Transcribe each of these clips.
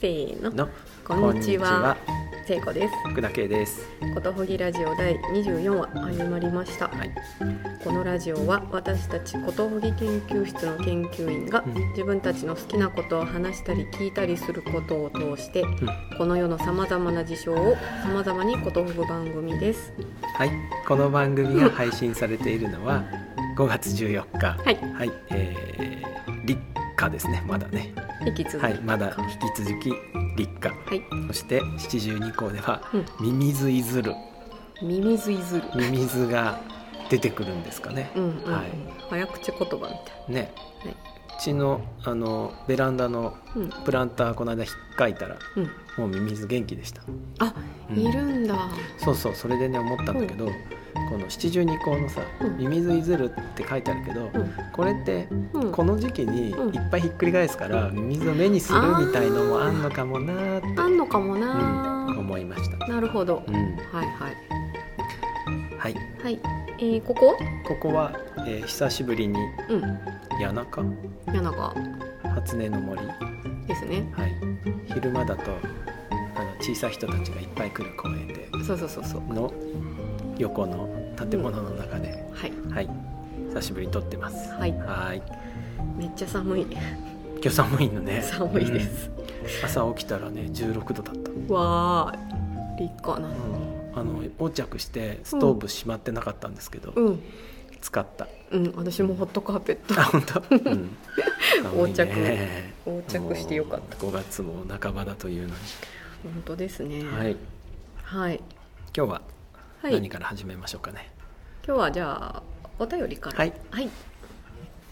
せーののこんにちはこんに聖子ですちは福田圭ですことほぎラジオ第24話始まりました、はいこのラジオは私たちことほぎ研究室の研究員がうん自分たちの好きなことを話したり聞いたりすることを通してうんこの世のさまざまな事象をさまざまにことほぐ番組ですはいこの番組が配信されているのは5月14日はいはい、えー、立夏ですねまだね引き続きはいまだ引き続き立夏はいそして七十二項ではうんミミズイズルミミズイズルミミズが出てくるんですかねうんうんうん、はい早口言葉みたいねはいうちのあのベランダのうんプランターこの間引っかいたらうんもうミミズ元気でしたあ、うんいるんだそうそうそれでね思ったんだけど、この七十二項のさうん「ミミズいずる」って書いてあるけど、うんこれってうんこの時期にうんいっぱいひっくり返すから、ミミズを目にするみたいのもあんのかもなーってあんのかもな、うん思いました。なるほど、うん、はいはいはいはいえー、ここここは、えー久しぶりにうん谷中柳川初音の森、はですねい、昼間だとあの小さい人たちがいっぱい来る公園でそうそうそうそうの横の建物の中で、はいはい久しぶりに撮ってます。はいはーいめっちゃ寒い今日寒いの ね寒いで、す、うん朝起きたらね16度だった、わー立派なあの横着してストーブしまってなかったんですけど、うん 使ったうん私もホットカーペットあ本当、 うん、寒いね横着してよかったもう5月も半ばだというの本当ですねに、はい、はい、今日ははい何今から始めましょうかね日はじゃあお便りからはい、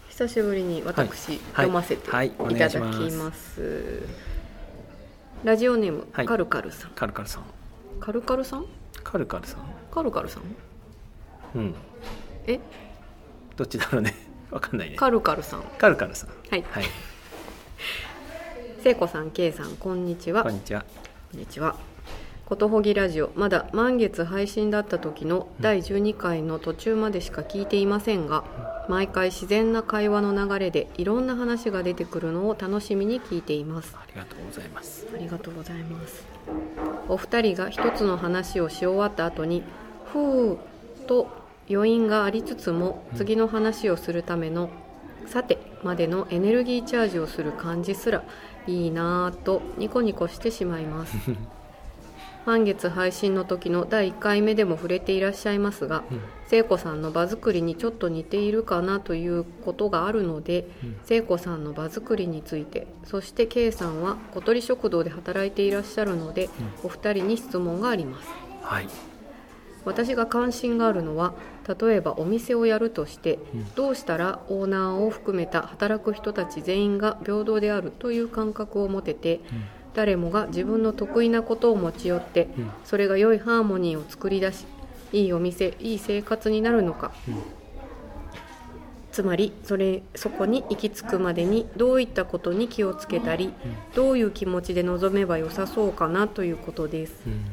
久しぶりに私、はい読ませていはいお願ただいきしますます、ラジオネーム、はいカルカルさんカルカルさんカルカルさんカルカルさんカルカルさんうんえどっちだろうね わかんないねカルカルさんカルカルさんはいはい聖子さん、けいさん、こんにちは。こんにちはこんにちは。ことほぎラジオ、まだ満月配信だった時の第12回の途中までしか聞いていませんが、毎回自然な会話の流れでいろんな話が出てくるのを楽しみに聞いています。ありがとうございますありがとうございます。お二人が一つの話をし終わった後に、ふうと余韻がありつつも、次の話をするための、さてまでのエネルギーチャージをする感じすらいいなぁとニコニコしてしまいます。満月配信の時の第1回目でも触れていらっしゃいますが、うん聖子さんの場作りにちょっと似ているかなということがあるので、うん聖子さんの場作りについてそして K さんは小鳥食堂で働いていらっしゃるので、お二人に質問がありますはい私が関心があるのは例えばお店をやるとして、うんどうしたらオーナーを含めた働く人たち全員が平等であるという感覚を持てて、うん誰もが自分の得意なことを持ち寄って、うんそれが良いハーモニーを作り出しいいお店いい生活になるのか、うんつまりそれそこに行き着くまでにどういったことに気をつけたり、どういう気持ちで臨めば良さそうかなということです。うん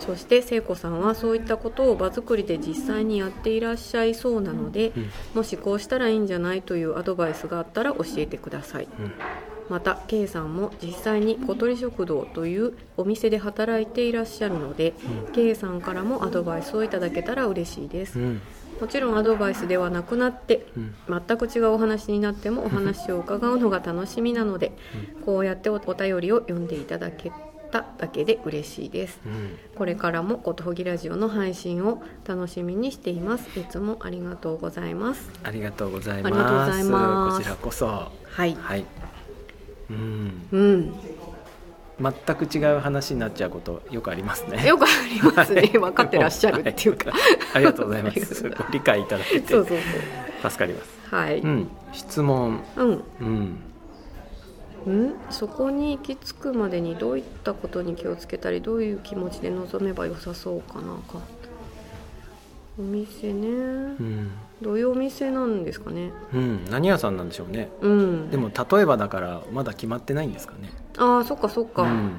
そして聖子さんはそういったことを場作りで実際にやっていらっしゃいそうなので、うんもしこうしたらいいんじゃないというアドバイスがあったら教えてくださいうんまた K さんも実際に小鳥食堂というお店で働いていらっしゃるので、K さんからもアドバイスをいただけたら嬉しいです、うんもちろんアドバイスではなくなってうん全く違うお話になってもお話を伺うのが楽しみなので、こうやっておお便りを読んでいただけただけで嬉しいですうんこれからもことほぎラジオの配信を楽しみにしています。いつもありがとうございます。ありがとうごあざいりがとうごまざいす。ますこちらこそ。はい。はい。うん。うん。全く違う話になっちゃうことよくありますね。よくありますね。はい分かってらっしゃるっていうか。はありがとうございまありがとす。 うございご理解いただけてそうそう助かります。そう。はい。ううん。ん。質問。うん。うん。そこに行き着くまでにどういったことに気をつけたり、どういう気持ちで臨めば良さそうかなか。お店ねう。ん。どういうお店なんですかね。うん。何屋さんなんでしょうね。うん。でも例えばだからまだ決まってないんですかね。ああ、そっかそっか。うん。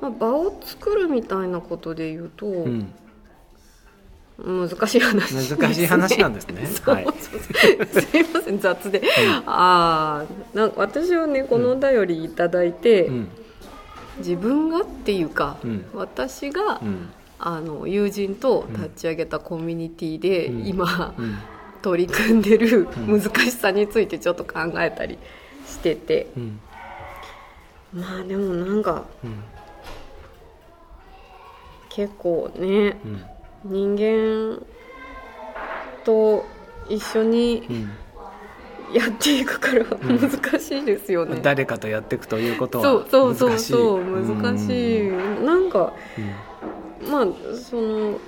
まあ、場を作るみたいなことで言うと。うん。難しい話ですね難しい話なんです ねそうはいそうそうすいません雑で、ああなんか私はねこのお便りいただいて、うん。自分がっていうか、うん私が、うんあの友人と立ち上げたコミュニティで、うん今、うん取り組んでるうん難しさについてちょっと考えたりしてて、うんまあでもなんかうん結構ねうん人間と一緒にうんやっていくからん難しいですよね。誰かとやっていくということそうはそうそう難しいそう難しいうんなんかまあその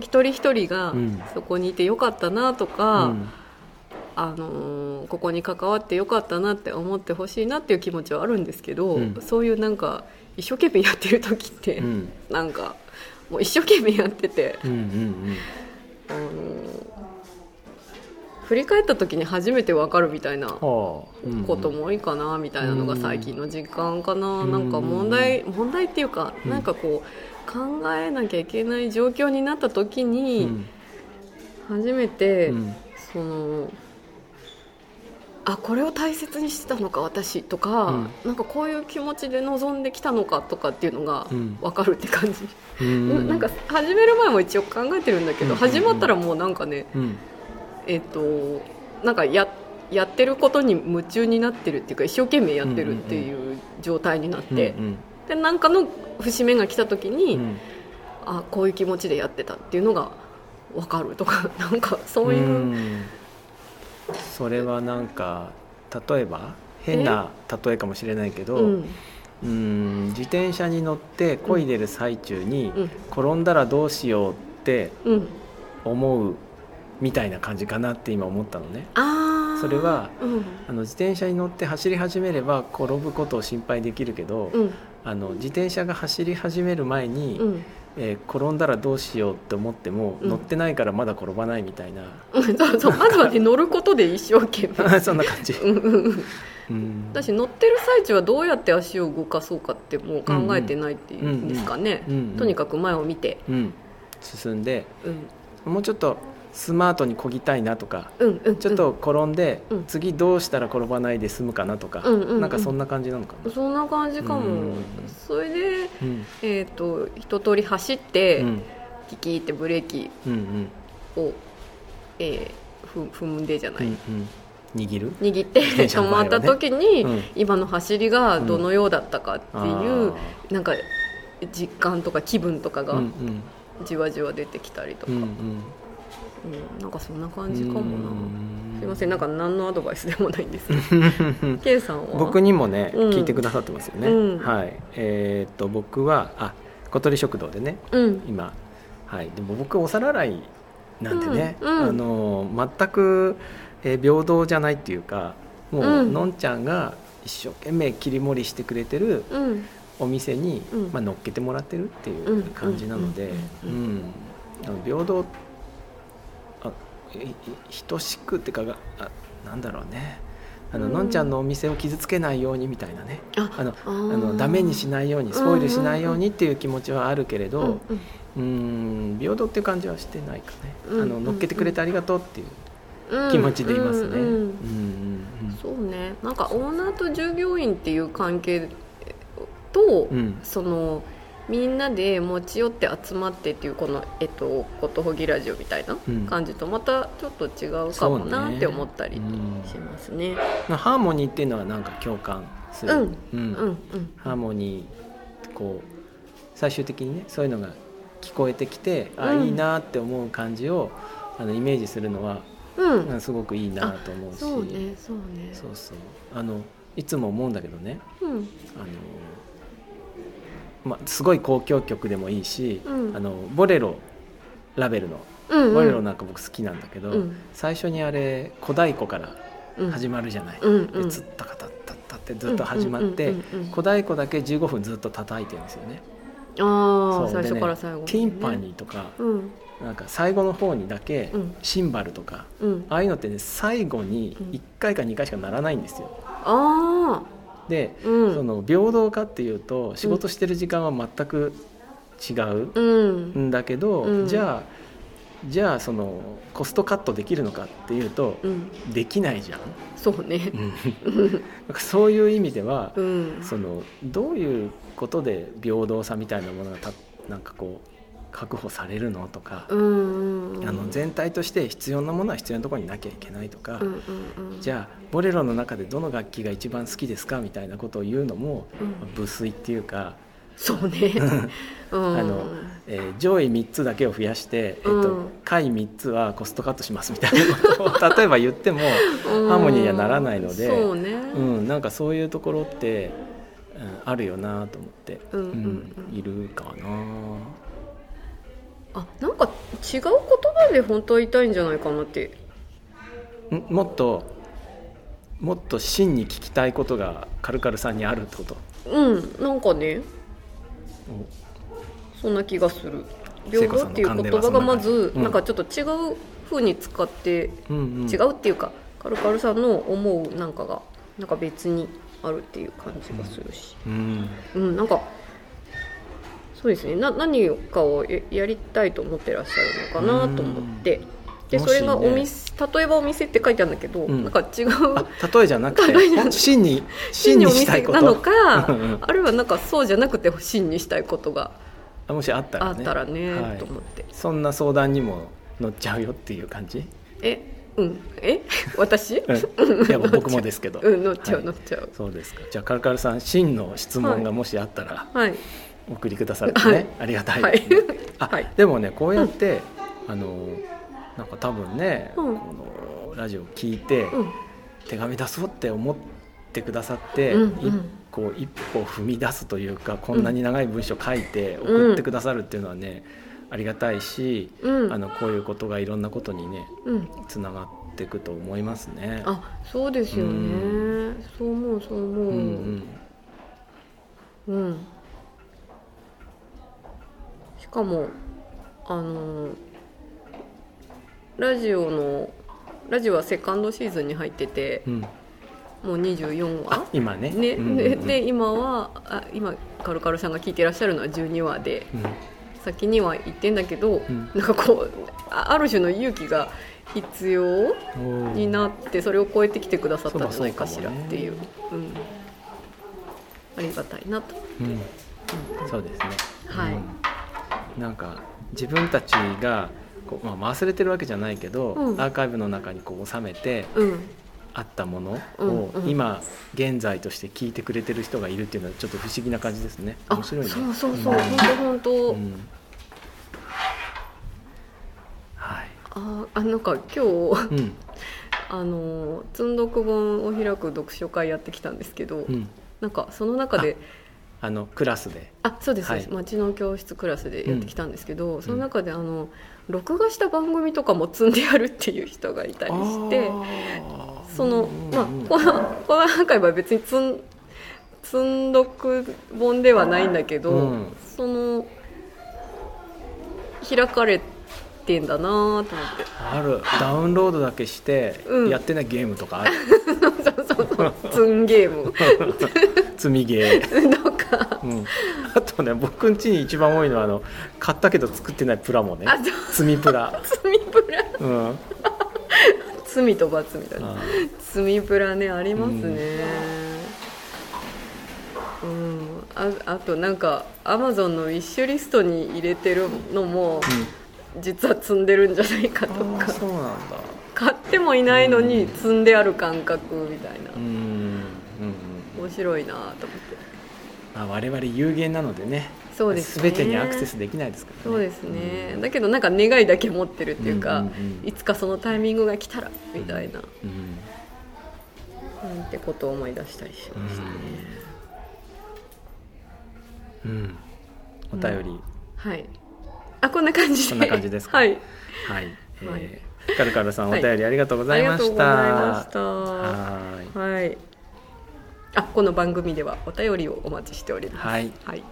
一人一人がうんそこにいてよかったなとか、うんあのーここに関わってよかったなって思ってほしいなっていう気持ちはあるんですけど、うんそういうなんか一生懸命やってる時って、うんなんかもう一生懸命やってて、うんうんあのー振り返った時に初めて分かるみたいなうんはあうんことも多いかなみたいなのが最近の実感かな、うんなんか問題問題っていうか、うんなんかこう考えなきゃいけない状況になった時うにん初めて、うんそのあこれを大切にしてたのか私とか、うんなんかこういう気持ちで臨んできたのかとかっていうのがうん分かるって感じ、うんななんか始める前も一応考えてるんだけど、うん始まったらもうなんかねうんえっ、となんかややってることに夢中になってるっていうか一生懸命やってるっていう状態になって、うんでなんかの節目が来た時に、うんあこういう気持ちでやってたっていうのが分かるとか なんかそういう。んそれはなんか例えば変な例えかもしれないけど、うんうん自転車に乗って漕いでる最中に、うん転んだらどうしようってうん、思うみたいな感じかなって今思ったのね。あーそれはうんあの自転車に乗って走り始めれば転ぶことを心配できるけど、うんあの自転車が走り始める前に、うん えー転んだらどうしようって思っても、うん乗ってないからまだ転ばないみたいな、そうそうまずはね乗ることで一生懸命 そんな感じ。うんうん うんうんだし乗ってる最中はどうやって足を動かそうかってもう考えてないっていうんですかね、うんうんとにかく前を見て、うん、進んでうん、もうちょっとスマートにこぎたいなとかうんうんちょっと転んで、うん次どうしたら転ばないで済むかなとか、うんうんうんなんかそんな感じなのかな。そんな感じかも、うんそれでうんえっ、と一通り走って、うんキキってブレーキうんうんを、えーふ踏んでじゃなうい、んうん握る握って電車止の場合まはっねた時に、うん今の走りがどのようだったかってあいう、ーなんか実感とか気分とかうがんうんじわじわ出てきたりとか、ううんんなんかそんな感じかもな、すいませんなんか何のアドバイスでもないん ですけどん K さんは僕にもね、うん聞いてくださってますよね、うんはいえーっと僕はあ小鳥食堂でねうん今はいでも僕お皿洗いなんてね、うんうんあのー全く、えー平等じゃないっていうかもう、うんのんちゃんが一生懸命切り盛りしてくれてるうんお店に、うんまあ、乗っけてもらってるっていう感じなので、ううんんうんあの平等あいい等しくってかがあなんだろうねあの、うんのんちゃんのお店を傷つけないようにみたいなねああのああーのダメにしないようにスポイルしないようにっていう気持ちはあるけれど、うんうんうん平等っていう感じはしてないかね、うんあの乗っけてくれてありがとうっていううん気持ちでいますね。うううんんんうんそうねなんかオーナーと従業員っていう関係と、うんうんそのみんなで持ち寄って集まってっていうこの「えっと、ことほぎラジオ」みたいなうん感じとまたちょっと違うかもなって思ったりしますね。ハーモニーっていうのはなんか共感する、うんうんうんうんハーモニーこう最終的にねそういうのが聞こえてきて、あうんいいなって思う感じをあのイメージするのは、ううんんすごくいいなと思うしそうねそうねそうそうあのいつも思うんだけどねうんあの、まあ、すごい交響曲でもいいし、うんあのボレロラベルのうんうんボレロなんか僕好きなんだけど、うん最初にあれ小太鼓からうん始まるじゃない。うんうでんつったかたったったってずっと始まっうて、んうんうんうんうん小太鼓だけ15分ずっと叩いてるんですよね。あそあう最初でねから最後までねティンパニーとか、うんなんか最後の方にだけうんシンバルとか、うんああいうのってね最後にうん1回か2回しか鳴らないんですよ。あで、あうんその平等かっていうと仕事してる時間は全く違うんうんだけど、うんじゃあじゃあそのコストカットできるのかっていうと、うんできないじゃん。 そうねなんかそういう意味では、うんそのどういうことで平等さみたいなものがたなんかこう確保されるのとか、うんうんうんあの全体として必要なものは必要なところになきゃいけないとか、うんうんうんじゃあボレロの中でどの楽器が一番好きですかみたいなことを言うのも、うん無粋っていうか、そうねうんあのえー上位3つだけを増やして、えっとうん下位3つはコストカットしますみたいなこと を例えば言っても、うんハーモニーにはならないのでそうねうん、なんかそういうところって、うん、あるよなと思って、うんうんうんいるかな。あなんか違う言葉で本当は言いたいんじゃないかなってんもっともっと真に聞きたいことがカルカルさんにあるってことうんなんかねそんな気がする平聖子等さんっのていう勘で言は葉そんながまずうんなんかちょっと違う風に使って、おうんうん違うっていうかカルカルさんの思うなんかがなんか別にあるっていう感じがするし、うんうんなんかそうですねな何かをややりたいと思ってらっしゃるのかなと思って、でもそしねれがお店、例えばお店って書いてあるんだけど、うんなんか違うあ例えじゃなくて例えじゃなくて真に真真ににおした店いこなのとかうんうん あるいはなんかそうじゃなくて真にしたいことがあもしあったあらっねたらねはいと思ってそんな相談にも乗っちゃうよっていう感じ、えうん え私うん、い や僕もですけど、うん乗っちゃはうい乗っちゃうそうですかじゃあカルカルさん真の質問がもしあったら、はいお送りくださってね、はいありがたいはですいね、あ、はいでもねこうやって、あのなんか多分ね、うんこのラジオを聞いて、うん手紙出そうって思ってくださって、うんうん一こう一歩踏み出すというかこんなに長い文章書いて送ってくださるっていうのはね、ありがたいし、うんあのこういうことがいろんなことにねうんつながっていくと思いますね。あそうですようねそう思うそう思うんううんうんしかもあのーラジオのラジオはセカンドシーズンに入っててうん、もう24話あ今ねねうんうんでうんで今はあ今カルカルさんが聞いてらっしゃるのは12話でうん先には言ってんだけど、んなんかこうあある種の勇気が必要おーになってそれを超えてきてくださったんじゃないかしらっていう、そうん、ありがたいなと、うん、そうですね。はいうんなんか自分たちがこう、まあ、忘れてるわけじゃないけど、うんアーカイブの中にこう収めてうん、あったものをうんうん今現在として聞いてくれてる人がいるっていうのはちょっと不思議な感じですね。あ面白いね。そうそうそう、ん本当う本んはい。当、ああなんか今日うんあのー積んどく本を開く読書会やってきたんですけど、うん。なんかその中であのクラスで。あそうです、はいそうです町の教室クラスでやってきたんですけど、その中であの録画した番組とかも積んでやるっていう人がいたりしてあーその、うんまあ、このこのアーカイブは別に積ん積んどく本ではないんだけど、うんその開かれてんだなと思って あるダウンロードだけしてうんやってないゲームとかある、 そうそうそう積んゲーム積みゲー、とかうん、あとね僕ん家に一番多いのはあの買ったけど作ってないプラもねあそう積みプラ、罪プラうん、あ罪と罰みたいな。積みプラねありますねうん、ああとなんかアマゾンのウィッシュリストに入れてるのも実は積んでるんじゃないかとうん、あかそうなんだ買ってもいないのに積んである感覚みたいなうんうん面白いなと思ってまあ、我々有限なのでねそうですね全てにアクセスできないですからねそうですねだけどなんか願いだけ持ってるっていうか、うんうんうんいつかそのタイミングが来たらみたいな、うんなんてことを思い出したりしましたね、うん、うんお便り、はいあこんな感じでこんな感じですかはいはい、はいえー、カルカルさんおはい便りありがとうごあざりいがまとうしごた、ざいました。はーいはい。あ、この番組ではお便りをお待ちしております。はいはい。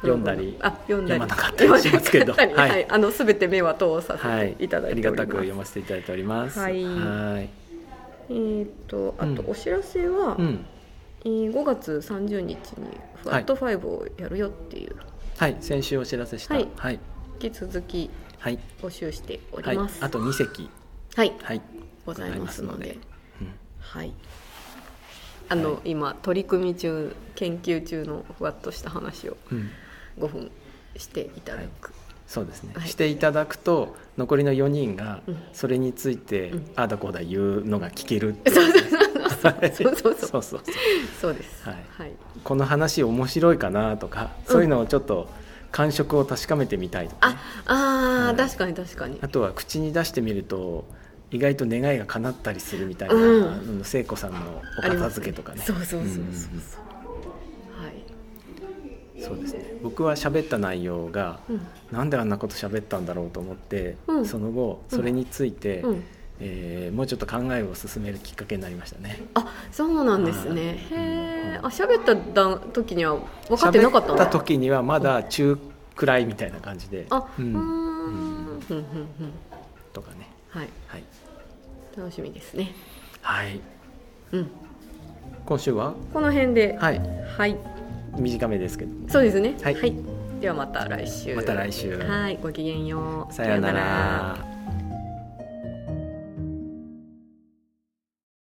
読んだりあ、読んだり。読まなかったりしますけど読まなかったりははいい。あのすべて目は通さはいせ、ていただあいりておりがたくます。読ませていただいております。はいはいえーっと、あとうんお知らせは、うん、えー5月30日にふわっとファイブをやるよっていう、はい、先週お知らせした。はいはい、引き続きはい募集しておはりいます。あと2席はい、はいございますのございでま。うんはい。あの、は今取り組み中研究中のふわっとした話をうん、 5分していただく。そうですね、はいしていただくと残りの4人がうんそれについて、うんああだこうだ言うのが聞けるっていうはいそうそうそうそうそうそうそうです。はいはい。この話面白いかなとかそういうのをちょっと感触を確かめてみたいとかね、あ、あー、はい確かに確かに。あとは口に出してみると意外と願いが叶ったりするみたいな、うんあの聖子さんのおあり片ます付けとかねそうそうそうそうそう。うんうんはい。そうですね僕は喋った内容がうなんであんなこと喋ったんだろうと思って、うんその後それについて、ん。うん。えーもうちょっと考えを進めるきっかけになりましたねあ、そうなんですね。へえ。あ、喋った段時には分かって喋なかったったの。時にはまだ中くらいみたいな感じで、あ、うーうん。んうんうんうん。とかねはい。はい、楽しみですね。はい、うん。今週はこの辺で。はいはい短めですけどそうですね。はいではまた来週。また来週はい、ごきげんよう。さようなさようら。